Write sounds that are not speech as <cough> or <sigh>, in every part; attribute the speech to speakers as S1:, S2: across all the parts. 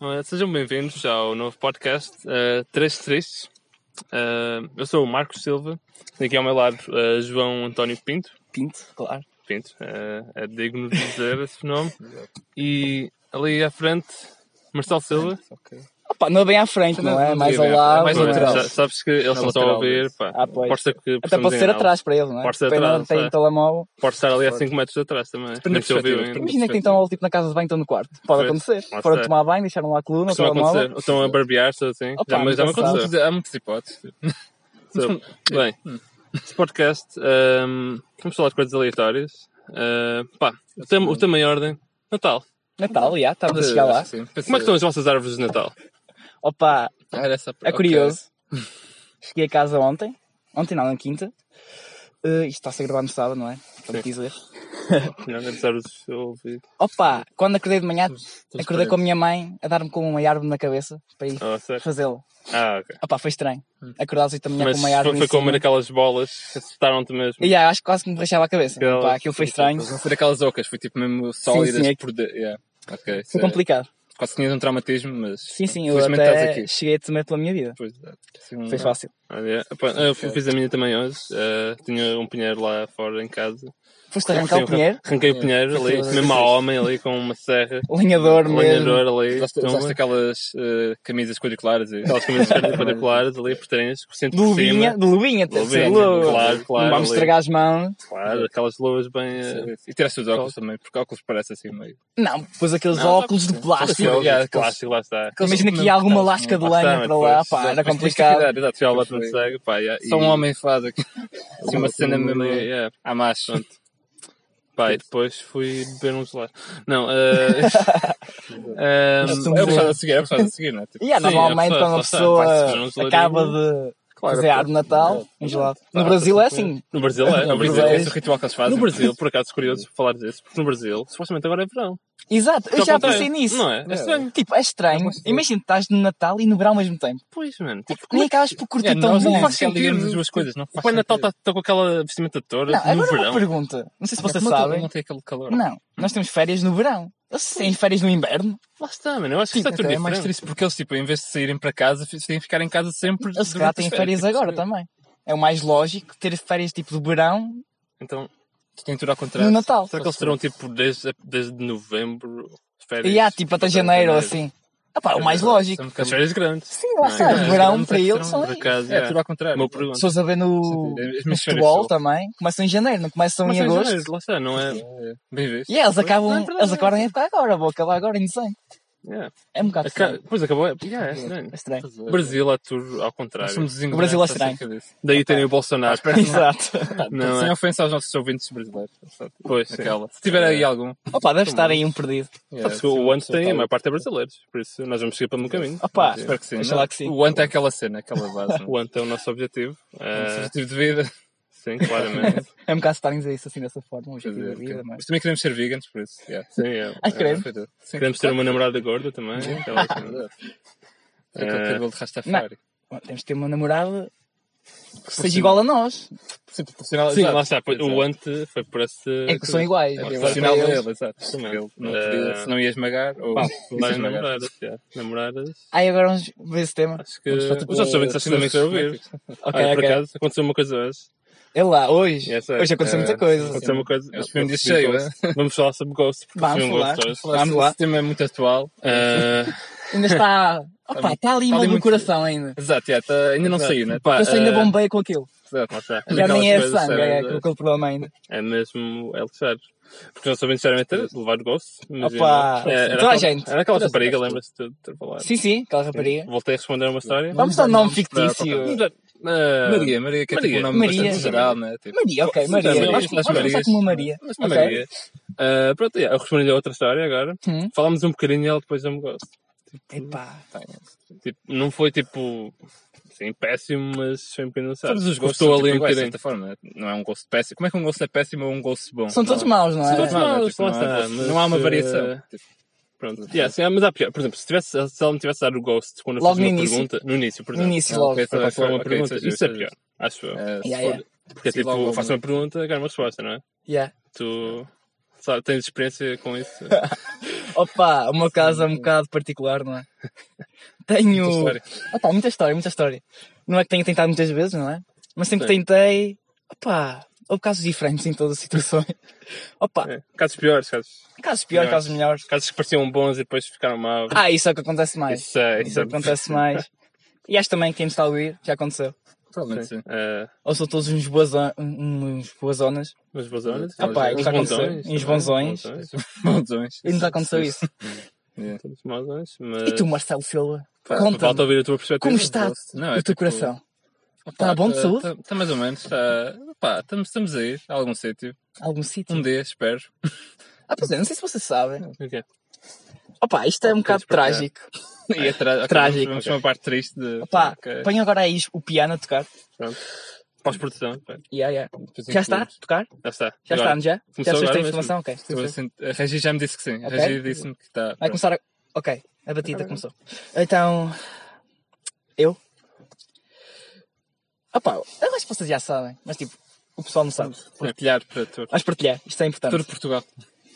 S1: Uh, Sejam bem-vindos ao novo podcast uh, Três Tristes. Uh, eu sou o Marcos Silva, tenho aqui ao meu lado uh, João António Pinto.
S2: Pinto, claro.
S1: Pinto, uh, é digno de dizer esse nome. E ali à frente, Marcelo Silva.
S2: Ok. Opa, não é bem à frente, não é? Mais ao
S1: Sim,
S2: lado.
S1: mais
S2: não é?
S1: lateral. Sa- Sabes que eles não estão a
S3: lateral,
S1: ouvir, pá.
S2: Ah, pois.
S1: Pode ser que
S2: Até
S1: possamos
S2: pode ser
S1: enganá-los.
S2: atrás para ele, não é?
S1: Pode ser
S2: Depende de
S1: atrás,
S2: onde tem
S1: é.
S2: o telemóvel.
S1: Pode estar ali a 5 metros atrás também.
S3: Depende da
S1: Nem se ouviu
S3: perspectiva,
S1: ainda.
S3: depende
S2: Imagina que tem então ali tipo na casa de banho, estão no quarto. Pode
S1: Pois,
S2: acontecer.
S1: pode
S2: Foram
S1: ser.
S2: tomar banho, deixaram lá a coluna, o
S1: Costuma acontecer.
S2: telemóvel.
S1: Ou estão a barbear-se ou assim.
S2: Opa, é
S1: já, mas já me
S2: nunca
S1: aconteceu.
S2: sabe.
S3: Há muitas hipóteses.
S1: So, bem, este podcast, ehm, vamos falar de coisas aleatórias. Eh, pá, o tema, o tema em ordem, Natal.
S2: Natal, já, estamos a chegar lá.
S1: Como é que estão as vossas árvores de Natal?
S2: Opa,
S3: Ah, era essa a
S2: É
S3: pergunta.
S2: curioso. Cheguei a casa ontem. Ontem não, na quinta. Eh, isto está a ser gravado no sábado, não é? Como quis ver.
S1: Não, as árvores eu ouvi.
S2: Opa, quando acordei de manhã,
S3: estamos
S2: acordei com a minha mãe a dar-me com uma árvore na cabeça para ir
S1: Ah, sério?
S2: fazê-lo.
S1: Ah, ok.
S2: Opa, foi estranho. Acordar às 8 da manhã
S1: Mas
S2: com uma árvore.
S1: foi
S2: em cima.
S1: comer aquelas bolas que acertaram-te mesmo.
S2: E yeah, acho que quase que me rachava a cabeça.
S1: Aquelas-
S2: Opa, aquilo foi estranho.
S3: Mas não ser aquelas ocas, foi tipo mesmo sólidas
S2: sim, é que-
S3: por de... yeah. Ok, isso
S2: Foi
S3: é-
S2: complicado.
S3: Quase tinhas um traumatismo, mas.
S2: Sim, sim, eu
S3: felizmente estás
S2: até
S3: aqui.
S2: cheguei a temer pela minha vida.
S3: Pois, é. Assim, um-
S2: Foi fácil.
S1: Olha, Ah, pá, eu fiz a minha também hoje. eh, tinha um pinheiro lá fora em casa.
S2: Foste arrancar o
S1: Arranquei
S2: pinheiro,
S1: Arranquei o pinheiro ali, mesmo a homem ali com uma serra.
S2: lenhador
S1: Um
S2: mesmo.
S1: lenhador ali.
S3: Usaste usaste
S1: tumba.
S3: aquelas eh, camisas quadriculares e.
S1: Aquelas <laughs> camisas
S2: <laughs>
S1: quadrangulares ali por trás, por
S2: De
S1: cento por
S2: luvinha,
S1: cima.
S2: de luvinha, até.
S1: né? Luvinha,
S2: Sim, luva.
S1: claro, claro,
S2: Não vamos
S1: luva.
S2: estragar as mãos.
S1: Claro, aquelas luvas bem. eh,
S3: ah, E tiraste os óculos também, porque óculos parece assim meio.
S2: Não, pôs aqueles
S3: Não,
S2: óculos de
S1: Sim,
S2: plástico.
S3: óculos.
S1: aliás,
S3: aqueles-
S1: clássico, lá está.
S2: Imagina que ia alguma lasca de
S1: lá está,
S2: lenha
S1: mas
S2: para lá,
S1: depois-
S2: pá, era
S3: Mas tens que
S2: complicado.
S3: cuidar, exato,
S1: Tirar lá
S3: pois
S1: para
S3: foi.
S1: cego, pá, yeah,
S3: Só um
S1: e-
S3: homem faz aqui. Assim, uma cena
S1: e-
S3: mesmo.
S1: yeah,
S3: À macho.
S1: Pá, e depois fui beber um gelado. Não, eh,
S2: <laughs>
S1: ehm,
S2: Isto
S3: É o pessoal a seguir, é o pessoal a seguir, não é? Tipo,
S2: E yeah,
S1: Sim,
S2: normalmente
S1: é,
S2: quando uma
S1: lá está, vai-se beber um
S2: pessoa
S1: geladinho.
S2: acaba de
S1: é
S2: fazer a árvore de Natal, um gelado. No
S1: Tá,
S2: Brasil é
S1: tá super.
S2: assim.
S1: No Brasil é.
S3: No Brasil, esse é o ritual que eles fazem.
S1: No Brasil, por acaso, curioso falar disso, porque no Brasil, supostamente agora é verão.
S2: Exato, eu
S1: Ao
S2: já
S1: é contrário,
S2: pensei nisso.
S1: Não é? assim? É estranho.
S2: Tipo, é estranho. Imagina, estás no Natal e no verão ao mesmo tempo.
S1: Pois, mano. Tipo,
S2: Nem acabas é por curtir
S3: Yeah,
S2: tão
S3: É, nós
S2: bem.
S3: não faz
S1: Sim,
S3: sentido
S1: sim.
S3: as duas coisas, não
S1: o
S3: faz
S1: Pai Natal
S3: sentido.
S1: está com aquela vestimenta toda
S2: Não,
S1: no
S2: agora uma
S1: verão.
S2: pergunta. Não sei se vocês
S3: Como é que
S2: sabem.
S3: Não tem aquele calor.
S2: Não, nós temos férias no verão. Vocês têm férias no inverno?
S1: Lá está, mano. Eu acho que
S3: Sim,
S1: está tudo
S3: até é mais
S1: diferente.
S3: triste porque eles, tipo, em vez de saírem para casa, fi- têm que ficar em casa sempre.
S2: Eles se
S3: durante
S2: calhar
S3: as
S2: têm férias
S3: tipo,
S2: agora
S3: sim.
S2: também. É o mais lógico ter férias tipo de verão
S1: Então,
S3: Tu tens Tipo, tudo ao contrário.
S2: no Natal.
S1: Será que eles terão tipo desde, desde novembro férias?
S2: E há tipo até janeiro ou assim. Ah pá, o mais lógico.
S3: São um
S1: As
S3: bocado-
S1: férias grandes.
S2: Sim, lá
S1: Não,
S2: está.
S1: não, é.
S2: de
S1: não,
S2: verão
S3: não,
S2: para
S3: não,
S2: eles
S3: não,
S2: são
S3: por
S2: aí.
S1: acaso,
S3: É, tudo ao contrário.
S1: Uma pergunta.
S2: Pessoas a ver no,
S3: Sim, as minhas
S2: no
S3: férias
S2: futebol
S3: são-
S2: também. Começam em janeiro, não começam
S1: Mas
S2: em
S1: é
S2: agosto.
S1: janeiro, lá está, não é?
S3: É, Bem visto.
S2: E eles
S1: Não, é
S2: acabam,
S1: verdade,
S2: eles
S1: é
S2: acabam em época agora. Vou acabar agora em dezembro.
S1: Yeah.
S2: É um bocado
S1: Aca...
S2: estranho.
S1: Pois acabou. é- Yeah, é estranho.
S2: É estranho. <laughs>
S1: O Brasil é tudo ao
S3: Nós
S1: contrário.
S3: somos
S2: O Brasil é estranho.
S1: Daí terem o Bolsonaro.
S3: é
S2: Exato.
S1: Não
S3: Não, Sem
S1: é?
S3: ofensa aos nossos ouvintes brasileiros. Só
S1: Pois, sim.
S3: Aquela. Se tiver aí algum.
S2: Opa, deve estar aí um perdido.
S3: Yeah,
S1: Sabe-se que
S3: sim,
S1: o ano
S3: sim,
S1: tem, a
S3: tal.
S1: maior parte é brasileiros. Por isso nós vamos seguir pelo meu caminho.
S2: Opa,
S3: Espero que sim.
S2: Deixa
S3: não?
S2: lá que sim.
S3: O ante é aquela cena, aquela base. <laughs> não é?
S1: O ano é o nosso objetivo.
S3: É um
S1: Eh,
S3: subjetivo de vida.
S1: sim, claramente.
S2: É um bocado estranho dizer isso assim dessa forma. Um
S3: <laughs> Quer
S2: objetivo da
S3: dizer,
S2: vida,
S3: ok.
S2: mas.
S3: Mas também queremos ser veganos, por isso. yeah.
S1: Sim, é.
S2: Ai, Ah, credo.
S3: É, Foi tudo. Sim.
S1: Queremos ter uma namorada gorda também. aquela
S3: <laughs>
S1: cena. Eh,
S3: Tem É Aquele cabelo de Rastafari.
S2: Bom, Temos de ter uma namorada que seja igual a nós.
S3: Sim, proporcional
S1: Sim,
S3: exato.
S1: lá está. pois, O
S3: Exato.
S1: ante foi por esse.
S2: É que são iguais.
S3: É
S2: Para
S3: proporcional a
S2: eles.
S3: ele, exato.
S1: Exatamente.
S3: Ele não
S1: Eh,
S3: podia, se não ia esmagar, ou
S1: Pá,
S3: se
S1: lá
S3: ia
S1: em
S3: esmagar.
S1: namoradas. já. Namoradas.
S2: Ai, agora vamos ver esse tema.
S1: Acho que.
S3: Só, tipo,
S1: Os nossos ouvintes
S3: eh,
S1: acho que também querem ouvir.
S2: Ok,
S1: Olha, Ah, por
S2: ok.
S1: acaso aconteceu uma coisa hoje.
S2: É lá, hoje.
S1: Yes, sir.
S2: hoje aconteceu
S1: Eh,
S2: muita coisa. assim.
S1: Aconteceu uma coisa.
S3: É o primeiro dia
S1: recebi
S3: cheio,
S1: ghost. né? Vamos falar sobre Ghost. porque
S2: Vamos
S1: recebi um
S2: falar.
S1: ghost hoje.
S3: Falar sobre
S2: Vamos lá.
S3: Esse tema é
S1: <laughs>
S3: muito atual.
S1: Eh,
S2: <laughs> Ainda está. Opa, está ali
S3: Está ali
S2: mal no
S3: muito-
S2: coração ainda.
S3: Exato, yeah, tá- ainda não
S1: Exato.
S3: saiu, né?
S1: Pá,
S2: Eu só ainda
S1: eh,
S2: bombeia com aquilo.
S3: Exato.
S1: lá está.
S2: Já
S1: Aquelas
S2: nem é
S1: coisas,
S2: sangue, é
S1: sabe?
S2: com aquele problema ainda.
S1: É mesmo, é ligeiro. Porque nós somente era é ter levar gosto. Mas
S2: Opa,
S1: eu não. É,
S2: toda a
S1: aquela-
S2: gente.
S1: Era aquela rapariga, lembra-se de ter falado.
S2: Sim, sim, aquela rapariga.
S1: Voltei a responder a uma história.
S2: Vamos dar um nome fictício.
S1: Vamos dar- Ah,
S3: Maria, Maria, que é tipo
S1: Maria.
S3: um nome
S2: Maria.
S3: bastante geral, né? Tipo,
S2: Maria, ok,
S3: Sim,
S2: Maria.
S3: Maria.
S2: Vamos vamos começar com uma Maria.
S1: Mas é
S2: Ok.
S1: Maria. Ah, pronto, yeah, eu respondi-lhe a outra história agora.
S2: Hum.
S1: Falámos um bocadinho e ela depois deu-me gosto.
S2: Epá.
S1: Tipo, não foi tipo. Assim, péssimo, mas foi um bocadinho necessário.
S3: Todos os gostos
S1: Estou
S3: são,
S1: ali
S3: tipo,
S1: um
S3: iguais, de
S1: bocadinho.
S3: certa forma. né? Não é um gosto péssimo. Como é que um gosto é péssimo ou um gosto bom?
S2: São todos
S3: Não.
S2: maus, não
S1: São
S2: é?
S1: todos
S3: Não,
S1: maus,
S3: tipo,
S1: lá
S3: não
S1: está,
S3: há gosto-
S1: mas,
S3: não há uma
S1: eh,
S3: variação. Tipo,
S1: Pronto. Yeah, sim, mas há pior. Por exemplo, se, tivesse, se ela me tivesse dado o ghost quando eu
S2: Logo
S1: fiz uma
S2: no início.
S1: pergunta, no início, por
S2: No
S1: exemplo.
S2: início
S3: ah,
S2: logo.
S3: ok,
S1: Foi
S3: ok,
S1: foi uma
S3: ok,
S1: pergunta.
S3: seja,
S1: Isso é
S3: seja.
S1: pior, acho eu.
S3: Eh, se
S2: Yeah, yeah.
S3: for-
S1: Porque é
S3: se logo
S1: tipo,
S3: uma-
S1: faço uma pergunta, ganho uma resposta, não é?
S2: Yeah.
S1: Tu sabe, tens experiência com isso? <laughs>
S2: Opa, uma casa um bocado particular, não é? <laughs> Tenho.
S3: Muita história.
S2: Opa, muita história, muita história. Não é que tenho tentado muitas vezes, não é? Mas sempre
S1: Sim.
S2: tentei. Opa, houve casos diferentes em todas as situações. <laughs> Opa,
S1: É. Casos piores, casos,
S2: casos piores,
S1: Melhores.
S2: casos melhores.
S1: casos que pareciam bons e depois ficaram mal.
S2: Ah, isso é o que acontece mais.
S1: isso é,
S2: Isso é o que acontece mais. E acho também que quem me está a ouvir, já aconteceu.
S3: Provavelmente sim.
S1: Eh,
S2: Ou são todos uns boazo- um- uns boazonas.
S1: Os bonzões.
S2: Ah, pá,
S1: os
S2: já aconteceu.
S1: bonzões
S2: E os
S1: também,
S2: bonzões.
S3: Maldições.
S2: E nos aconteceu isso.
S1: Todos bonzões, mas...
S2: E tu, Marcelo Silva,
S3: Pá,
S2: conta-me.
S1: Falta ouvir a tua perspectiva.
S2: Como está
S3: Não, é
S2: o teu
S3: tipo-
S2: coração?
S3: Opa,
S2: Tá bom de
S3: tá-
S2: saúde?
S3: Está mais ou menos. Tá, pá, estamos, estamos a ir a algum sítio.
S2: Algum sítio?
S3: Um dia, espero.
S2: Ah, pois é, não sei se vocês sabem.
S1: Ok.
S2: Opa, isto é um bocado
S1: tens para
S2: trágico.
S3: E
S2: <laughs>
S3: é tra- ok,
S2: Trágico.
S3: Vamos, vamos uma parte triste de.
S2: Opa,
S3: Ok.
S2: ponho agora aí o piano a tocar.
S1: Pós-produção. pá.
S2: Yeah, yeah.
S3: Depois
S2: Já está? a
S3: incluímos.
S2: Tocar?
S1: Já está.
S2: Já
S1: Agora.
S2: está, não já?
S1: Começou
S2: Já
S1: agora
S2: assustei a
S1: mesmo.
S2: informação? Ok.
S3: Estou
S2: Vai
S3: assim- A Regi já me disse que sim. A
S2: Ok.
S3: Regi disse-me que está. pronto.
S2: começar a... Ok, a batida começou. Então... Eu? Opa, eu acho que vocês já sabem, mas tipo, o pessoal não sabe.
S3: Partilhar para tour.
S2: Vamos partilhar, isto é importante.
S3: Tour Portugal.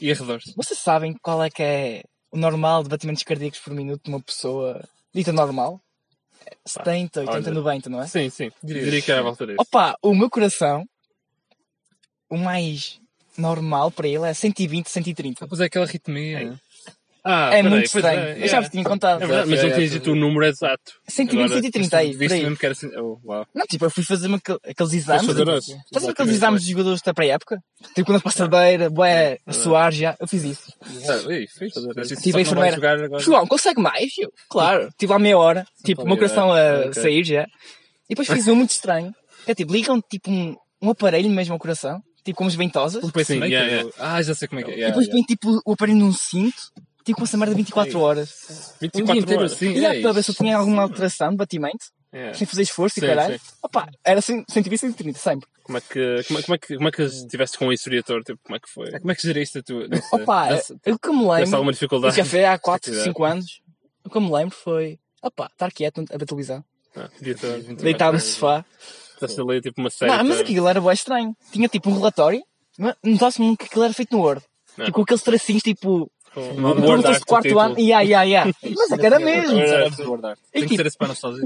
S3: E arredores.
S2: Vocês sabem qual é que é o normal de batimentos cardíacos por minuto de uma pessoa dita normal? É 70, 80,
S1: olha.
S2: 90, não é?
S1: Sim, sim. Diria que era a volta disso.
S2: Opa, o meu coração, o mais normal para ele é 120, 130.
S3: Depois é aquela ritmia. né?
S1: Ah, peraí,
S2: é muito
S1: pois
S2: estranho.
S1: é,
S2: Eu já vos
S1: yeah.
S2: tinha contado.
S1: É verdade, mas
S3: Yeah,
S1: não tinhas
S3: yeah,
S1: dito o número exato.
S2: 120,
S1: Agora,
S2: 130 é aí,
S3: Disse
S2: peraí.
S3: mesmo que era assim. Oh, uau.
S2: Não, tipo, eu fui fazer-me aquel- aqueles exames.
S1: fazer
S2: tipo,
S1: hoje.
S2: Fazes aqueles
S1: Exatamente,
S2: exames dos jogadores da pré-época? Tipo, quando a passadeira,
S1: É,
S2: bué, a suar já. Eu fiz isso.
S3: Ah, ei, fixe. Mas isso
S2: Tive
S3: só
S2: a
S3: não vai
S2: Tipo enfermeira.
S3: jogar agora.
S2: João, consegue mais? Eu, claro. Tive lá meia hora. Tipo, o meu coração
S1: é.
S2: a
S3: Ok.
S2: sair já. E depois fiz um muito estranho. Que é tipo, ligam tipo um, um aparelho mesmo ao coração. Tipo, com umas ventosas.
S3: Um pacemaker?
S1: Sim, yeah, yeah.
S3: Ah, já sei como é que é.
S2: E
S3: Yeah,
S2: depois
S3: yeah.
S2: põem tipo o aparelho num cinto. Tipo, com essa merda 24 horas.
S1: 24 horas.
S3: assim.
S2: um E lá para ver se eu
S3: isso.
S2: tinha alguma alteração de batimento.
S1: Yeah.
S2: Sem fazer esforço e
S1: É. Sim,
S2: caralho.
S1: sim.
S2: Opa, era 100, 120, 130, sempre.
S1: Como é que, como é, como é que, como é que estiveste com isso, diretor? Tipo, como é que foi?
S3: Como é que geriste a tua? não sei.
S2: Opa, é-
S3: Dá-se-
S2: eu que me
S1: Tiveste
S2: lembro.
S1: alguma
S2: Isso
S1: dificuldade?
S2: já foi há 4,
S1: Atividade.
S2: 5 anos. O que eu me lembro foi. Opa, estar quieto a ver televisão.
S1: Ah, diretor.
S2: Deitar no sofá.
S1: Estás ali tipo uma série.
S2: Não, mas aquilo era bem estranho. Tinha tipo um relatório, mas notasse-me que aquilo era feito no Word.
S1: Não.
S2: Tipo, com aqueles tracinhos tipo.
S1: Uma tipo, boa
S2: Perguntas de quarto ano. Yeah, yeah, yeah. Mas é que era mesmo.
S1: Era.
S2: E
S3: Tem que
S2: tipo-
S3: ser esse
S2: <laughs>
S3: para nostalgia.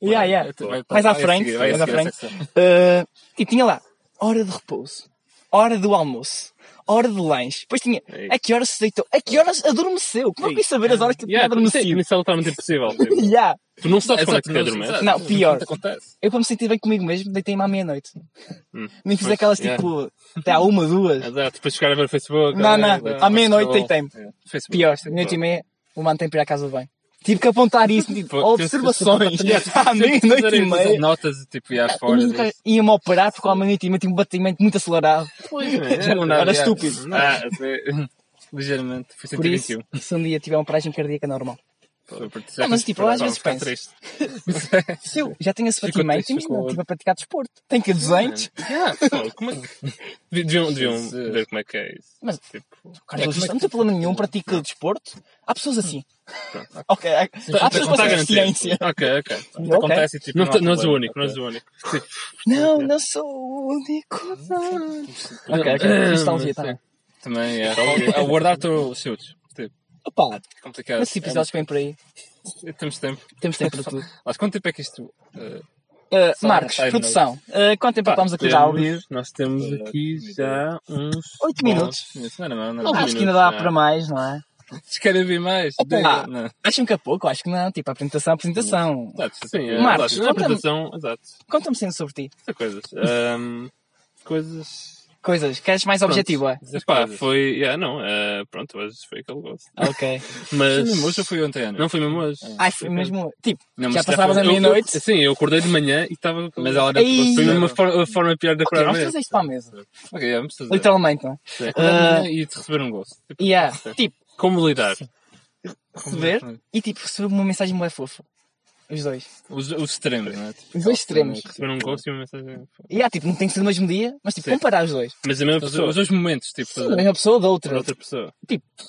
S2: Yeah, yeah.
S3: Vai-
S2: Mais à
S3: vai
S2: frente.
S3: seguir, vai
S2: Mais à
S3: seguir
S2: frente.
S3: essa questão.
S2: Uh, e tinha lá hora de repouso, hora do almoço, hora de lanche. Depois tinha
S3: É
S1: Ei.
S2: a que horas se deitou, a que horas adormeceu. Como é que eu ia saber as horas que eu tinha
S1: Yeah, tu- sim,
S2: adormecido?
S1: Isso é totalmente impossível. tipo.
S2: Yeah.
S1: Tu não sabes quando é que
S3: Exato,
S1: tu adormeces.
S2: Não,
S3: exato.
S2: pior.
S3: Acontece.
S2: Eu, como me senti bem comigo mesmo, deitei-me à meia-noite.
S3: Hum,
S2: Nem fiz
S1: pois,
S2: aquelas
S1: yeah.
S2: tipo até à uma,
S3: <laughs>
S2: duas.
S1: Exato, depois chegar a ver o Facebook.
S2: Não,
S1: ah,
S2: não,
S1: ah,
S2: à meia-noite deitei-me.
S3: Facebook.
S2: Pior, minuto e meia, o mano tem para ir à casa do bem. Tive que apontar isso, tipo,
S3: Pô,
S2: observações, <laughs> à meia-noite e
S3: Fazer
S2: meia.
S3: Notas tipo e às fora. disso.
S2: Ia-me operar porque à meia-noite e meia tinha um batimento muito acelerado.
S1: Pois, é,
S3: Não, não,
S2: Era
S3: yeah.
S2: estúpido.
S3: Ah, sim. Ligeiramente. Foi
S2: Por isso,
S3: 121.
S2: se um dia tiver uma paragem cardíaca normal.
S3: Foi por-
S2: Não, mas tipo, eu às vezes
S1: Ficar
S2: penso,
S1: triste.
S2: se eu já tenho esse
S3: Ficou
S2: batimento,
S3: triste,
S2: imagina,
S3: ficou-
S2: estive a praticar desporto. Tenho que ir 200.
S1: Yeah, pô, como é que... Deviam, deviam
S3: Jesus.
S1: ver como é que é isso.
S2: Mas-
S1: Tipo,
S2: Cara, eu
S3: como é que-
S2: não tem problema nenhum, pratico desporto. Há pessoas assim. Ok, há há
S1: não
S2: pessoas com
S1: está
S2: essa
S1: Tá garantido. tá.
S2: deficiência.
S3: Ok, ok.
S2: Ok.
S3: Acontece e
S1: <laughs>
S3: tipo.
S1: não,
S3: há
S1: não és o
S3: problema.
S1: único, não és o único.
S2: Não, não sou o único. não. Ok, tá um ok. Nostalgia também.
S3: Também é. A guardar-te os chutes. Tipo,
S2: Opa,
S3: complicado.
S2: mas se episódios que vêm por aí,
S3: É, Temos tempo.
S2: temos tempo para tudo.
S3: Mas quanto tempo é que isto. eh,
S2: Uh,
S3: Só
S2: Marcos,
S3: um side
S2: produção, uh, quanto tempo estamos aqui de áudio?
S1: Temos, nós temos aqui já uns...
S2: 8 minutos.
S3: Isso não era mal, não era
S1: Ah,
S3: mal.
S2: Acho que ainda
S1: minutos,
S2: dá
S1: não é?
S2: para mais, não é?
S3: Vocês querem ver mais?
S2: Opa.
S3: Diga- Não.
S2: Acham que é pouco? Acho que não. Tipo, apresentação, apresentação.
S3: Exato,
S1: Sim, é,
S2: Marcos,
S1: exato, na
S2: conta-me-
S1: apresentação, exato.
S2: Conta-me sendo sobre ti.
S1: São coisas. Ahm, coisas...
S2: Coisas, queres mais objetivo, é?
S3: Dizer
S1: Epá,
S3: coisas.
S1: foi... Yeah, não, ah, pronto, hoje foi aquele gosto.
S2: Ok.
S1: Mas...
S3: Foi mesmo hoje ou foi ontem, Ana?
S1: Não foi mesmo hoje.
S2: <laughs> Ai, foi mesmo. Tipo,
S3: Não, mas
S2: já
S3: já
S2: passavas
S3: foi-
S2: a
S1: Eu- eu-
S2: meia-noite.
S1: Sim, eu acordei de manhã e estava...
S3: Mas ela era.
S2: Ei.
S1: Foi mesmo uma for- a forma pior de
S2: Ok,
S1: acordar
S2: vamos
S1: mesmo.
S2: fazer isto para a mesa.
S3: Ok, vamos fazer.
S2: Literalmente, não é?
S1: Ah,
S3: Acordar amanhã E te receber um gosto. Tipo,
S2: E é, tipo,
S1: Como lidar?
S2: receber e tipo, receber uma mensagem muito fofa. Os dois.
S3: Os, os extremos, não é? Tipo,
S2: Os dois extremos.
S1: Receber um gosto e uma mensagem.
S2: E é, tipo, não tem que ser no mesmo dia, mas tipo,
S1: Sim.
S2: comparar os dois.
S1: Mas a mesma
S3: Os,
S1: pessoa.
S3: os dois momentos, tipo.
S2: Da mesma pessoa ou da outra.
S1: Para
S2: <laughs>
S1: outra pessoa.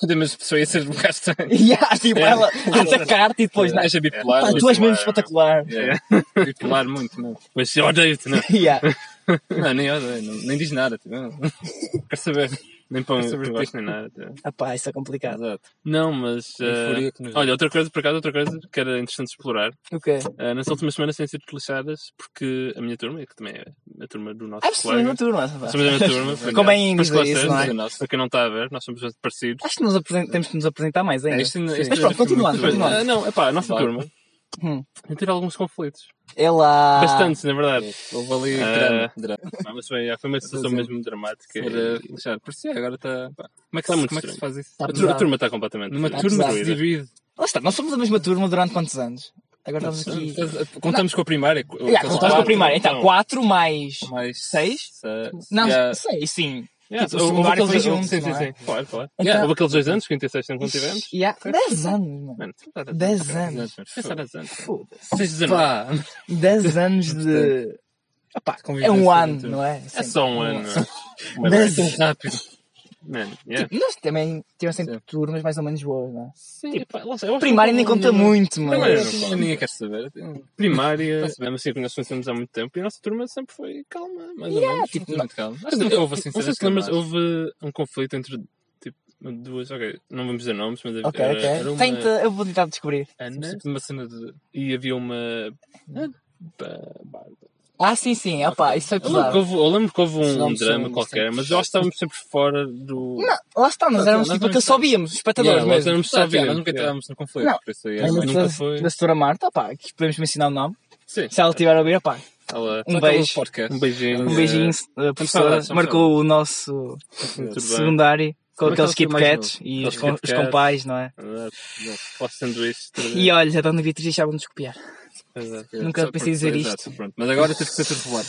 S3: Da mesma pessoa É. ia ser um bocado estranho.
S2: E é, tipo, ela a atacar-te e depois, não. é?
S3: És a bipolar.
S2: Pá,
S3: ou
S2: tu és
S3: bipolar.
S2: mesmo espetacular. <laughs>
S3: Yeah. Bipolar É. muito, não.
S1: Mas eu odeio-te, não.
S2: E é.
S3: Não, nem odeio, não- nem diz nada. Tipo, não. Quero saber.
S1: Nem para um
S3: Sobre
S1: sobre
S3: ti.
S1: nem nada.
S2: Ah pá, isso é complicado.
S3: Exato.
S1: Não, mas.
S3: Em
S1: eh,
S3: fúria É que nos-
S1: olha, outra coisa, por acaso, outra coisa que era interessante explorar.
S2: O quê?
S1: Eh, nas últimas semanas têm sido lixadas porque a minha turma, que também é a turma do nosso
S2: Ah, mas
S1: colega.
S2: mesmo tu, não é? pá?
S1: Somos da mesma turma.
S2: <laughs>
S1: foi-
S2: Convém
S1: Depois
S2: dizer isso,
S1: vocês,
S2: não é?
S1: dizem, "Nossa, Para quem não está a ver, nós somos bastante parecidos.
S2: Acho que nos apresen- temos de nos apresentar mais ainda.
S3: É, isto ainda-
S2: Mas
S3: isto
S2: pronto,
S3: ainda foi
S2: continuando,
S3: muito
S2: continuando.
S1: Ah, não, é pá, a nossa
S3: Claro.
S1: turma
S2: Hum.
S1: tem tido alguns conflitos.
S2: É lá.
S1: Bastantes, na verdade.
S3: Houve ali
S1: Ah.
S3: drama, drama.
S1: Não, mas foi, foi uma situação
S3: Sim.
S1: mesmo dramática.
S3: Era
S1: e-
S3: lixado. Por si, agora está. pá, Como é que,
S1: Está
S3: se,
S1: muito
S3: como é que se
S1: estranho.
S3: faz isso?
S2: Está
S1: A, tur-
S2: pesado.
S1: a turma está completamente.
S3: Numa
S1: destruída.
S3: turma que se
S1: Destruída.
S3: divide.
S2: Lá está, nós somos a mesma turma durante quantos anos? Agora estamos aqui.
S3: Contamos com a primária. com-
S2: Yeah,
S3: com
S2: É, contamos
S3: as
S2: com a
S3: quatro,
S2: primária. Então,
S1: então.
S2: 4 mais.
S3: Mais
S2: Seis?
S3: seis.
S2: Não,
S3: Yeah.
S2: sei, sim.
S1: Yeah,
S2: Tipo, o
S1: houve
S2: secundário
S1: aqueles-
S2: foi junto,
S1: Sim, sim,
S2: não é?
S1: sim. Claro, claro.
S2: Então-
S1: Yeah, Houve aqueles dois anos, 56, 5, quando tivemos.
S2: E há 10 anos, mano.
S1: Mano, tu estás-
S2: 10 anos.
S1: Mas Pensar nas anos.
S2: Foda-se.
S1: Tens 19.
S3: Pá,
S2: 10 anos de.
S3: pá,
S2: É um ano, um não é?
S1: É
S2: Sim.
S1: só um ano. não é? Mas-
S2: Dez anos.
S3: tipo, Rápido.
S1: Man, yeah.
S2: Tipo, nós também tivemos sempre
S3: Sim.
S2: turmas mais ou menos boas, não é?
S1: Sim, epá, lá sei, eu um acho
S2: Primária
S1: que-
S2: nem conta muito, mano.
S1: Primária não
S3: Ninguém- Ninguém quer saber. tipo,
S1: Primária, mesmo assim que nós conhecemos há muito tempo, e a nossa turma sempre foi calma, mais ou menos.
S2: tipo,
S3: Muito calmo. Acho
S1: Mas
S3: que
S1: não-
S3: nunca houve assim.
S1: Não sei
S3: cenas
S1: se te lembras,
S3: calmas.
S1: houve um conflito entre tipo, duas, ok, não vamos dizer nomes, mas
S2: Ok,
S1: era,
S2: ok.
S1: era um uma
S2: Tenta, eu vou tentar descobrir.
S1: Ana
S3: Tipo, uma cena de.
S1: e havia uma. Ba- Bárbara.
S2: Ah, sim, sim, opá, isso foi
S1: Eu lembro que
S2: pesado.
S1: houve, eu lembro que houve
S3: Esses
S1: um
S3: nomes são
S1: drama qualquer,
S3: bastante
S1: mas eu acho que estávamos sempre fora do.
S2: Não, lá está, nós
S3: Nós
S2: éramos
S3: não-
S2: tipo
S3: nós
S2: que
S3: não-
S2: só víamos, espectadores
S1: Yeah, nós
S2: mesmo.
S1: éramos-
S3: Só
S1: sabia, yeah.
S3: nunca estávamos no conflito.
S2: Não.
S3: Por isso aí,
S2: Mas
S3: acho que
S2: da-
S3: nunca foi.
S2: Da Setora Marta, opá, que podemos mencionar o nome.
S1: Sim,
S2: Se ela estiver a ouvir, opá,
S1: ela.
S2: um
S3: Só é acabou o
S2: beijo.
S3: podcast.
S1: Um beijinho.
S2: um beijinho, a professora.
S1: saudades, são
S2: Marcou o nosso
S1: Tudo bem.
S2: secundário com
S3: Mas
S2: aqueles
S3: ela foi
S2: Kit
S3: mais
S2: Kats e os,
S1: Aqueles
S2: com-
S1: Kit
S2: os
S1: Kats.
S2: compais, não é?
S1: Exato, exato. Posso sanduíche. tudo bem. é.
S2: E olha, já estão na Beatriz e deixavam-nos copiar.
S1: Exato.
S3: Yeah,
S2: Nunca
S3: só
S2: pensei
S3: por-
S2: dizer
S3: exato,
S2: isto.
S3: pronto. Mas agora teve que ser turbulado.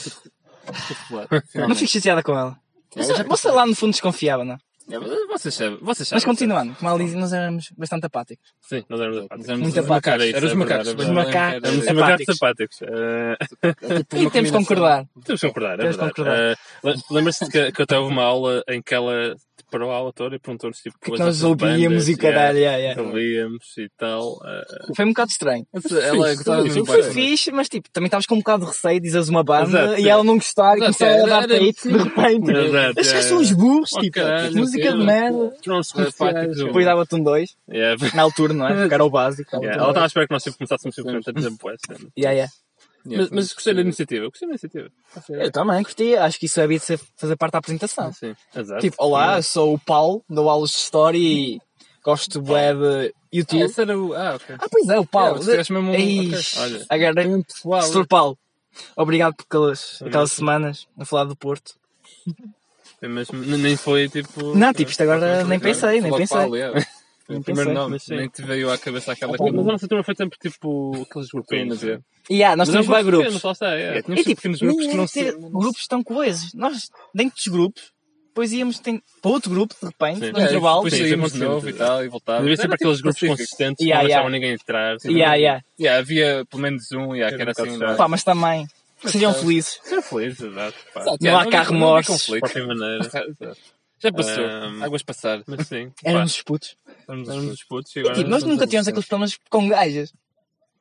S3: Turbulado.
S2: Não fico chateada com ela.
S3: É,
S2: Você-
S3: já-
S2: Você lá no fundo desconfiava, não?
S3: É, mas Vocês sabem. Vocês sabem.
S2: Mas continuando, como ela dizia, nós éramos bastante apáticos.
S1: Sim, nós éramos apáticos.
S2: Muito apáticos.
S1: Era isso,
S3: Era os
S1: é
S3: macacos.
S1: verdade,
S3: mas
S1: é
S3: não
S1: verdade.
S3: era-
S2: Os
S1: Éramos
S2: macacos.
S1: macacos apáticos. Eh,
S3: É tipo
S2: E
S3: uma
S2: temos de
S3: combinação.
S2: concordar.
S1: Temos que concordar, é
S2: Temos que
S1: verdade. Eh, lem- Lembra-se que, que até houve uma aula em que ela parou a aula toda e perguntou-nos tipo,
S2: Que
S1: quais
S2: nós
S1: outras
S2: ouvíamos
S1: bandas,
S2: e caralho, yeah,
S1: yeah,
S2: yeah.
S1: Ouvíamos e tal. eh,
S2: Foi um bocado estranho.
S3: Mas Ela
S1: Fixe,
S3: gostava
S1: isso
S3: muito
S1: foi
S3: de-
S2: Foi fixe, mas tipo, também estavas com um bocado de receio, dizes uma banda
S1: Exato,
S2: e
S1: sim.
S2: ela não gostar e
S3: Exato,
S2: começar a
S3: era-
S2: dar
S3: era-
S2: peito de repente.
S1: Exato,
S2: Estes gajos
S1: é.
S2: são os burros,
S1: Oh,
S2: tipo,
S1: caralho,
S2: música de
S1: sim.
S2: merda.
S1: Tornaram-se
S3: Foi
S1: confiáticos.
S3: apáticos.
S2: Depois dava-te um dois,
S1: Yeah,
S2: na altura, não é? Porque era o básico.
S1: <laughs> yeah. Ela tá- estava à espera que nós sempre começássemos simplesmente a dizer boas
S2: Yeah, yeah.
S1: Mas, mas gostei da iniciativa, eu gostei da iniciativa.
S2: Eu também curti, acho que isso havia de ser, fazer parte da apresentação.
S1: Sim, exato.
S2: Tipo, olá, eu sou o Paulo, dou aulas de História e gosto bué de YouTube.
S3: Esse era o. Ah, ok.
S2: Ah, pois é, o Paulo.
S3: É, se tivesse mesmo um-
S2: Eish,
S1: ok, olha.
S2: Agora,
S3: pessoal.
S2: Sr. Paulo, obrigado por aquelas, aquelas semanas a falar do Porto.
S1: Foi mesmo- n- nem foi tipo.
S2: Não, tipo, isto agora nem pensei, nem
S3: Logo
S2: pensei.
S3: Paulo, yeah.
S2: Nem
S3: Primeiro
S2: pensei.
S3: nome,
S1: Mas sim.
S3: nem é te veio à cabeça aquela
S1: Mas a
S3: coisa.
S1: nossa turma foi sempre tipo aqueles grupinhos.
S3: Turmas, é.
S2: E yeah, nós
S1: Mas eram
S2: temos vários grupos.
S1: pequenos, lá está, é.
S3: É,
S2: É
S3: Tínhamos
S2: tipo,
S3: pequenos
S2: nem
S3: grupos que
S2: era
S3: não
S2: ter
S3: se.
S2: grupos tão coesos. Nós, dentro dos grupos, depois íamos tem- para outro grupo, de repente,
S1: Sim.
S2: num intervalo.
S3: É, Depois
S1: Sim,
S3: saímos
S1: sim,
S3: de novo
S1: sim.
S3: e tal, e voltávamos.
S1: Devia ser para
S3: Era tipo
S1: aqueles grupos
S3: pacífico.
S1: consistentes que
S2: Yeah,
S1: não
S2: yeah.
S1: deixavam ninguém entrar. assim,
S2: E yeah, yeah.
S3: Yeah, havia pelo menos um yeah, que
S1: Era
S3: era
S1: um bocado
S3: assim.
S1: chato.
S2: Pá, mas também, sejam felizes.
S1: Ser feliz, exato. pá.
S3: Exato,
S2: Não
S3: yeah,
S2: há
S3: havia-
S2: carro
S3: não havia
S2: mortos.
S1: De
S3: conflito.
S1: qualquer maneira.
S3: Já passou.
S1: Ahm.
S3: Águas passadas.
S1: Mas sim. pá,
S2: Éramos os putos.
S1: éramos os putos e
S2: E,
S1: agora.
S2: tipo, nós
S1: somos
S2: nunca
S1: adultos.
S2: tivemos aqueles problemas com gajas.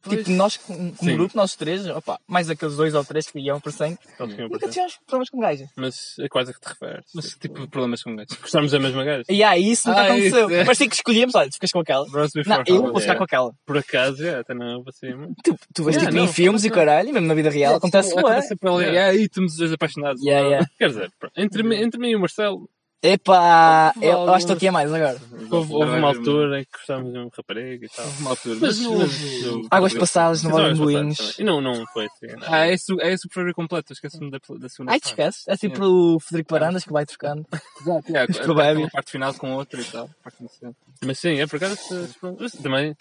S2: Tipo, nós, como
S1: Sim.
S2: grupo, nós três, opa, mais aqueles dois ou três que iam para 100,
S1: Todos tinham
S2: nunca
S1: problema.
S2: tivemos problemas com gajas.
S1: Mas a quais é que te referes?
S3: Mas tipo, problemas com gajos.
S1: Gostamos da mesma gaja?
S2: E aí, isso nunca
S3: Ah,
S2: aconteceu.
S3: isso é.
S2: Parecia que escolhíamos, olha, tu ficas com aquela.
S1: Bros before
S2: Não, eu vou
S1: Holiday.
S2: ficar com aquela.
S1: Por acaso, é, até não para cima.
S2: Tu, tu vês
S1: Yeah,
S2: tipo em
S1: não,
S2: filmes e o caralho, e mesmo na vida real, acontece ué.
S3: <laughs> Acontece para ali.
S1: Yeah.
S3: Yeah, e estamos os dois apaixonados.
S2: é? Yeah, yeah.
S1: Quer dizer, pronto, entre, mim- entre mim e o Marcelo,
S2: Epá,
S1: Houve
S2: eu eu acho que
S1: algumas-
S2: estou aqui a mais agora.
S1: houve, houve uma altura em que gostávamos de um rapariga e tal.
S3: Houve uma altura.
S1: Mas
S3: Mas,
S1: não-
S3: mas, eu-
S2: Águas passadas, não
S1: Mas
S2: valem
S1: olha,
S2: boinhos.
S1: E não, não foi assim. não.
S3: Ah, é esse, é esse o programa completo. Esqueci-me da, da segunda
S2: Ai, te
S3: parte.
S2: esqueces? É sempre o Frederico Parandas que vai trocando.
S3: Exato. Yeah,
S2: Os problemas.
S3: Uma parte final com outra e tal. Parte inicial.
S1: Mas sim, é por acaso essas- mas também,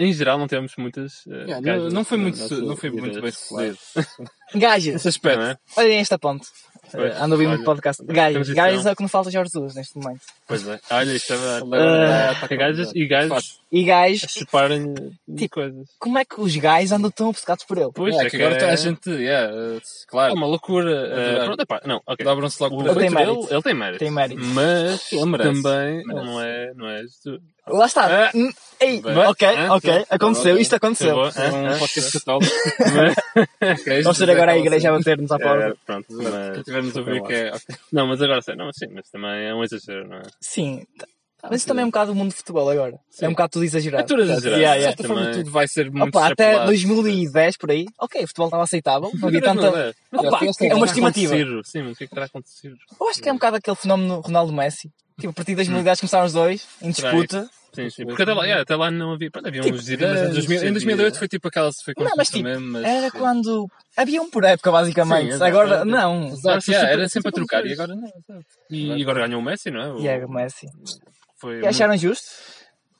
S1: em geral, não temos muitas. eh,
S3: Yeah, não,
S1: gajas
S3: não é foi
S1: na
S3: muito,
S1: nossa
S3: su- não foi muito
S1: vida
S3: bem
S1: escolar.
S3: sucedido.
S2: Gajas,
S3: Esse aspecto.
S1: Não é?
S2: olhem esta ponte.
S1: Pois,
S2: Eh, Ando a ouvir muito
S1: olha,
S2: podcast. Gajas,
S1: transição.
S2: gajas é o que não falta Jorge Jesus neste momento.
S1: Pois é. Olha, isto é verdade.
S3: Ah,
S1: Há gajas e gajos
S3: Faz.
S2: E
S1: A
S2: gajos,
S1: chuparem de
S2: Tipo,
S1: coisas.
S2: como é que os gajos andam tão obcecados por ele?
S1: Pois
S3: é, que agora
S1: é-
S3: toda a gente, yeah, eh,
S1: É
S3: claro,
S1: uma loucura. eh,
S3: Adorado.
S1: pronto, epá, não, ok.
S3: dobram-se logo
S1: O é
S3: por
S2: Ele tem
S1: feito dele,
S2: mérito.
S1: ele tem mérito.
S2: Tem mérito.
S1: Mas
S3: Ele merece.
S1: também ele
S3: Merece.
S1: não é. Não é isto.
S2: Lá está.
S1: Ah.
S2: Hum, ei,
S1: Bem,
S2: ok,
S1: ah,
S2: ok,
S1: tá,
S2: aconteceu,
S1: tá,
S2: isto aconteceu.
S1: Tá bom,
S3: É um
S1: ah, ah.
S3: podcast católico. Queres
S2: Vamos ter
S3: dizer
S2: agora a
S3: é aquela
S2: igreja a bater-nos à
S1: <laughs> É,
S2: porta.
S1: pronto,
S3: cena? Quem
S1: mas,
S3: tiver nos a ouvir que é. ok.
S1: não, mas agora sei, não, sim, mas também é um exagero, não é?
S2: Sim. tá. Mas isso também é um bocado o mundo de futebol agora. É um bocado tudo
S1: É
S2: exagerado.
S1: tudo exagerado.
S2: Yeah,
S3: De
S2: yeah.
S3: certa forma,
S1: Também.
S3: tudo vai ser muito
S2: Opa, até
S3: extrapolado.
S2: 2010 por aí, ok, o futebol estava aceitável, não havia
S1: Mas
S2: tanta.
S1: é.
S2: Opa,
S3: Já fez,
S2: é
S3: já
S2: uma
S3: fez.
S2: estimativa.
S1: Acontecer, Sim, mas o que é que terá acontecido?
S2: Eu acho que é um bocado aquele fenómeno Ronaldo-Messi. Tipo, a partir de 2010 começaram os dois, em
S1: Será
S2: disputa.
S1: Sim, sim. Porque até lá, yeah, até lá não havia. Pronto, havia uns
S3: Sim, mas em 2000 Em 2008 foi tipo aquela se foi
S2: Não, mas
S3: confusa
S2: tipo,
S3: mesmo, mas-
S2: Era quando. Havia um por época, basicamente.
S1: Sim, exato,
S2: Agora,
S1: exato.
S2: não.
S3: Exato, yeah, era sempre
S1: Sempre
S3: a trocar
S1: os
S3: e
S1: dois.
S3: agora não. exato.
S1: E agora ganhou o Messi, não é? O-
S2: E é o Messi.
S1: Foi
S2: E acharam justo?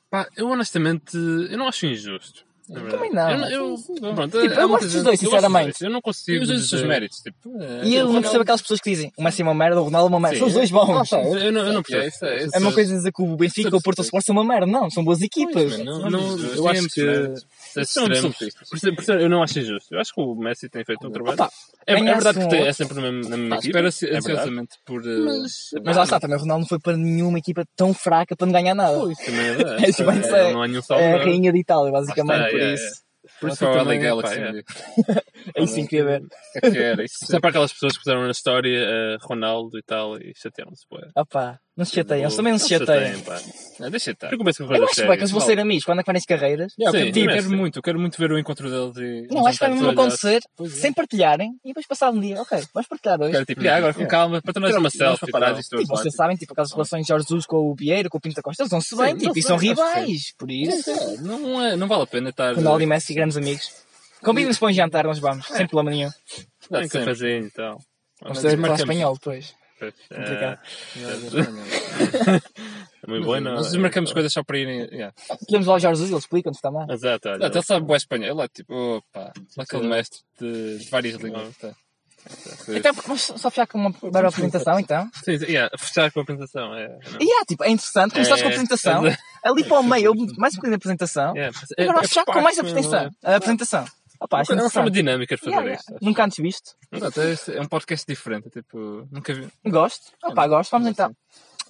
S1: Pá, eu honestamente, eu não acho injusto. na verdade.
S2: também não.
S1: Eu, eu, pronto,
S2: Tipo,
S1: há muita
S2: eu gosto
S1: gente-
S2: dos dois,
S1: eu gosto dos
S2: sinceramente.
S1: dois. Eu não
S3: Tem
S1: consigo.
S3: os dois os seus
S1: dizer-
S3: méritos,
S2: E eu
S3: tipo. é,
S2: não
S1: Ronaldo-
S2: percebo aquelas pessoas que dizem o Messi é uma merda, o Ronaldo é uma merda.
S1: Sim,
S2: São os dois bons.
S3: Ah, pá,
S1: Eu não, eu não percebo.
S3: É isso, é isso.
S2: É uma coisa dizer que o Benfica ou o Porto ou o Sport são uma merda. Não, são boas equipas.
S3: mano,
S1: Não,
S3: São
S1: não,
S3: injustos,
S1: eu
S3: é
S1: acho que.
S3: injusto.
S1: Esses
S3: São
S1: extremos-
S3: injustos.
S1: por ser- por ser- Eu não acho injusto. Eu acho que o Messi tem feito um trabalho.
S2: Opa,
S1: é, é
S2: ganhar-se
S1: verdade que
S2: um
S1: tem, é
S2: outro.
S1: sempre na mesma, na mesma
S3: Pá,
S1: equipa.
S3: Espera-se
S1: é verdade.
S3: ansiosamente por. eh,
S2: Mas lá está, também o Ronaldo não foi para nenhuma equipa tão fraca para não ganhar nada.
S1: Pois, também é verdade.
S2: É, tipo,
S1: É,
S2: isso é-
S1: não há nenhum saldo.
S2: É a
S1: não.
S2: rainha de Itália, basicamente,
S1: Ah, está,
S2: por
S1: é,
S2: isso.
S1: Por
S3: Por
S1: isso
S3: isso a
S1: também,
S3: Ordem Galaxy.
S1: pá, é.
S3: um dia.
S2: É isso que queria ver.
S3: O que é que era isso?
S1: Sempre aquelas pessoas que fizeram na história eh, Ronaldo e tal e chatearam-se. pô.
S2: Opa, não se chateiam, eles também não se
S1: Não
S2: chateiam.
S1: pá.
S3: Ah, Deixa estar.
S1: Eu começo com
S2: Eu
S1: coisas
S2: acho bem que
S1: sérias.
S2: eles vão ser amigos quando acabarem as carreiras.
S3: Yeah, eu
S1: Sim,
S3: quero- tipo,
S1: sim,
S3: quero
S1: sim.
S3: muito, eu quero muito ver o encontro deles. e
S2: Não, acho que vai mesmo
S1: olha,
S2: acontecer
S3: pois é.
S2: sem partilhar, hein? E depois passar um dia, ok, vamos partilhar hoje.
S3: Quero tipo, yeah, agora com calma, para nós
S1: Tirar uma
S3: vamos
S1: selfie
S3: para parar
S1: e
S3: isto
S2: Tipo, vocês sabem, tipo, aquelas relações de Jorge Jesus com o Vieira, com o Pinto da Costa, eles não se bem,
S3: Sim,
S2: tipo,
S3: não
S2: e são
S3: sei, acho que
S2: rivais, por isso.
S3: É, Não, é, não vale a pena estar. eh,
S2: Ronaldo e Messi, grandes amigos. Combinem-se para um jantar, nós vamos, sem problema nenhum.
S1: Dá um
S3: Sim.
S1: cafezinho e tal.
S2: Vamos
S3: Mas
S2: ter para
S3: marcamos.
S2: espanhol depois.
S1: Pois, é,
S2: Complicado.
S1: É muito bom, não?
S3: Nós desmarcamos coisas só para irem. yeah.
S2: Podemos lá ao Jorge Jesus, ele explica-nos também.
S1: Exato, olha.
S3: Exato, ele sabe boa espanhol. Ele é tipo, opa, lá aquele mestre de de várias línguas. tá.
S2: Então, vamos só fechar com uma breve apresentação, então.
S1: Sim, sim, yeah, fechar com a apresentação. É, não.
S2: E é, tipo, é interessante, começaste com a
S1: É.
S2: apresentação, ali para o meio, houve mais um bocadinho de apresentação,
S1: Yeah, mas
S2: e agora
S1: é
S2: vamos fechar com mais
S1: parte,
S2: apresentação. A apresentação. Opa, acho
S1: É uma forma
S2: interessante.
S1: dinâmica de fazer
S2: Yeah,
S1: isto.
S2: yeah. Nunca antes visto.
S3: Exato, é este- é um podcast diferente. é Tipo, nunca vi.
S2: Gosto. Opa, gosto. Vamos então.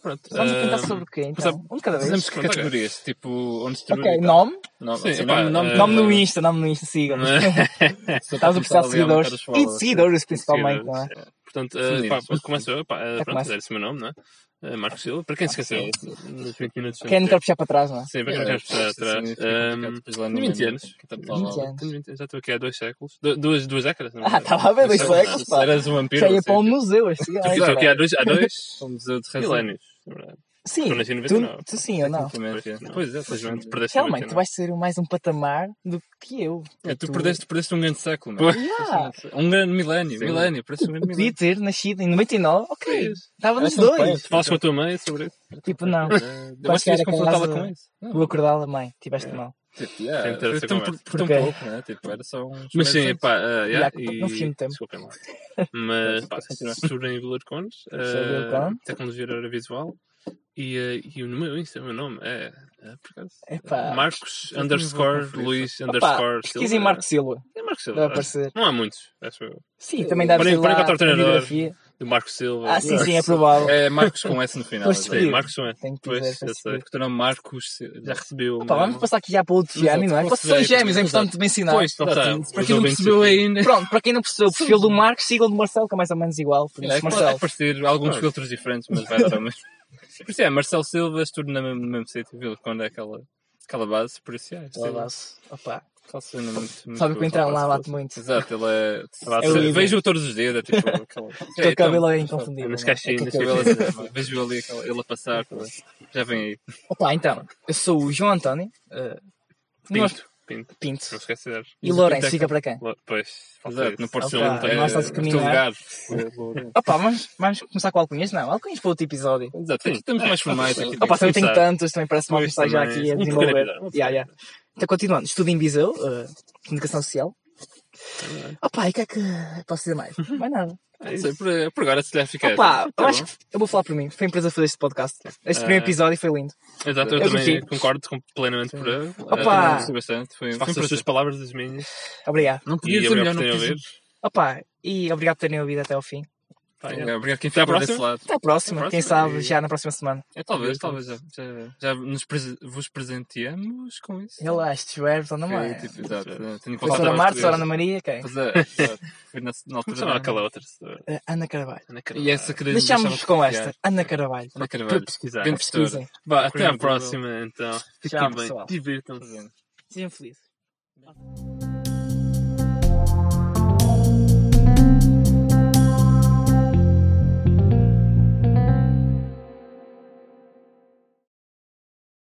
S1: Pronto.
S2: Vamos
S1: ah,
S2: apresentar sobre o quê? Então? Um de cada
S3: Fazemos
S2: vez.
S3: que
S1: Pronto, ok.
S3: categorias? Tipo, onde
S2: Ok, nome.
S3: Não,
S1: Sim,
S3: sim,
S1: epá,
S3: nome, nome,
S1: eh,
S2: Nome no Insta, nome no Insta, sigam.
S1: é?
S2: Estás a precisar de
S1: um
S2: seguidores. E de seguidores, <laughs> principalmente, não é?
S1: seguidores. Portanto,
S3: Sim,
S1: ah, pá,
S3: sim.
S1: começo eu. Pá, ah, pronto,
S2: começa.
S1: era esse o meu nome, não é? Ah, Marco Silva. Para quem se esqueceu, nos 20 minutos.
S2: Quem não
S1: anteriores.
S2: quer puxar para trás, não é?
S1: Sim, para quem não quer puxar atrás.
S3: é?
S1: Ah, Tenho 20 anos. Tenho 20 anos, Já estou aqui há dois séculos. Du- Duas, duas décadas, não é?
S2: Ah, estava a ver dois séculos, pá.
S3: Eras um vampiro.
S2: Já ia para um museu, este
S1: Estou aqui- estou aqui há dois, há dois
S3: Um museu de razão.
S1: milénios. na verdade.
S2: Sim,
S1: Eu nasci em
S2: tu,
S1: 99.
S2: tu sim, eu não.
S3: Exatamente, é.
S1: Pois é, felizmente perdeste
S2: Realmente,
S1: 99.
S2: tu vais ser mais um patamar do que eu.
S3: É, tu perdeste, perdeste um grande século,
S1: Pois.
S3: mano.
S2: Yeah.
S3: Um grande milénio.
S1: Sim.
S3: Milénio, parece um grande
S2: Podia
S3: milénio.
S2: ter nascido em 99, ok.
S1: Pois.
S2: Estava nos
S3: Essa
S1: um
S3: não
S2: dois.
S3: parece.
S1: Falas É com a tua mãe sobre isso?
S2: Tipo, não.
S3: Eh, Eu
S2: Quase
S3: acho que
S2: que era
S3: ias confrontá-la
S2: aquela-
S3: com isso.
S2: Vou acordá-la, mãe. Tiveste mal.
S3: Tipo, yeah,
S1: Tem que ter essa
S3: tão por,
S1: conversa.
S3: por tão
S2: Porque-
S3: pouco, né? Tipo, era só uns.
S1: Mas sim,
S3: meses.
S1: pá, ah, yeah,
S2: Yeah, não fugindo de tempo.
S1: Desculpem lá. Mas, pá, segura em Velour Condes,
S2: Velour
S1: ah,
S2: Condes.
S1: tecnologia audiovisual. E, ah, e o meu Insta, o meu nome é. é, por acaso,
S2: Epá.
S1: Marcos
S3: eu
S1: underscore
S3: vou conferir.
S1: Luís
S2: Opa,
S1: underscore
S2: pesquisem Marco Silva.
S1: É Marco Silva.
S2: Deve aparecer.
S1: Não há muitos, acho eu.
S2: Sim, também deve
S1: Podem-
S2: ser
S1: podem
S2: lá
S1: encontrar o
S2: a
S1: treinador.
S2: biografia.
S1: Do Marco Silva.
S2: Ah, sim, sim, é provável.
S3: É Marcos com S no final.
S2: Pois
S3: exato.
S1: Sim,
S2: Sim.
S1: Marcos não é.
S2: Tenho que
S1: Pois,
S2: dizer,
S1: eu sei.
S3: Porque o nome Marcos.
S1: Já recebeu. é?
S2: Pá, vamos passar aqui já para outro gêmeo, não é?
S3: Exato,
S2: Vocês são
S3: exato,
S2: gêmeos, é
S3: exato.
S2: importante mencionar.
S1: Pois, lá está.
S3: Exato. Para
S1: Os
S3: quem não
S1: ouvintes
S3: percebeu
S1: aqui.
S3: ainda.
S2: Pronto, para quem não percebeu o perfil do Marco, sigam o do Marcelo, que é mais ou menos igual. Por isso,
S3: É, pode
S2: Marcelo.
S3: aparecer alguns
S1: Claro.
S3: filtros diferentes, mas vai dar
S1: <laughs>
S3: ao mesmo. Por isso é, Marcelo Silva, tudo no mesmo, no mesmo sítio, viu? Quando é aquela, aquela base, por isso é. tá
S2: Olá, Lasso. Opa,
S3: Sabe
S2: Sabe que o Entrão lá bate muito.
S3: tá, Exato, ele é.
S1: Bate.
S3: Eu
S2: líder.
S3: Vejo-o todos os dias,
S2: <laughs>
S3: é tipo. Aquela...
S2: O
S3: então,
S2: cabelo é inconfundível.
S1: Nas
S2: não é?
S1: caixinhas.
S2: Aquele
S1: nas
S3: cabelo,
S1: caixinhas.
S3: assim, <laughs> Vejo ali aquela- ele a passar, tá já vem aí.
S2: Opa, então, eu sou o João António, eh, nós-
S1: Pinto. Pinto. é Não
S2: Pinto,
S1: esquecer.
S2: e Lourenço, fica para quem?
S1: Pois. falta
S3: Exato,
S1: isso.
S3: não pode ser
S2: Opa,
S3: um. é,
S2: nós estamos a
S3: aquele
S2: caminhar.
S3: lugar.
S2: Opa, vamos, vamos começar com alcunhas? Não, alcunhas para outro episódio.
S3: Exato, estamos mais formais aqui.
S2: Opa, também tenho
S1: começar.
S2: tantos, também parece mal
S1: Pois,
S2: começar já
S1: também.
S2: aqui a
S1: Um pequeno
S2: desenvolver.
S1: episódio, um
S2: Yeah, yeah. Então, continuando, estudo em Viseu, eh, comunicação social, Opa, e o que é que posso dizer mais? Mais nada.
S3: É isso. Por, por agora, se calhar fica.
S2: Opa,
S3: essa. Tá
S2: eu acho
S3: bom.
S2: que eu vou falar por mim. Foi uma empresa fazer este podcast. Este
S3: Ah.
S2: primeiro episódio foi lindo.
S3: Exato, eu,
S2: eu
S3: também
S2: curti.
S3: concordo com- plenamente por ele.
S2: Opa!
S3: Ah, gostei bastante. Foi, foi
S1: Eh, Faço as
S3: as
S1: suas
S3: suas palavras das minhas.
S2: Obrigado.
S3: Não
S1: podia dizer melhor, não podia
S3: ouvir.
S2: Opa, e obrigado por terem ouvido até ao fim.
S1: Pá, é.
S3: Obrigado obrigado quem
S1: Até à
S3: ficou
S1: próxima.
S3: desse lado.
S2: Até à próxima.
S3: Até à
S2: Quem
S3: próxima.
S2: sabe
S3: E-
S2: já na próxima semana.
S3: É, talvez,
S1: Obrigado.
S3: talvez já, já, já nos prese- vos presenteamos com isso.
S2: Relaxa, estes verbos andam
S3: Foi,
S2: mais.
S3: tipo, exato.
S1: Exato.
S3: Tenho que
S2: é. Foi Sora
S3: voltar
S2: Marta, Sora
S3: a
S2: Ana Maria, quem?
S3: Foi na, na
S1: Como
S3: altura.
S1: se chama
S3: da-
S1: aquela outra? senhora?
S2: Eh, Ana Carvalho.
S1: Ana Carvalho.
S3: E essa que
S2: Deixamos
S3: deixava
S2: com
S3: de
S2: esta.
S3: ficar.
S2: Ana Carvalho.
S1: Para
S3: Ana Carvalho.
S1: pesquisar.
S3: Grande
S2: Pesquisem.
S3: gestora.
S1: Vá, até à
S3: Incrível.
S1: próxima, então. Fiquem
S2: Tchau,
S1: bem.
S2: pessoal.
S1: Divirtam-se.
S2: Sejam felizes.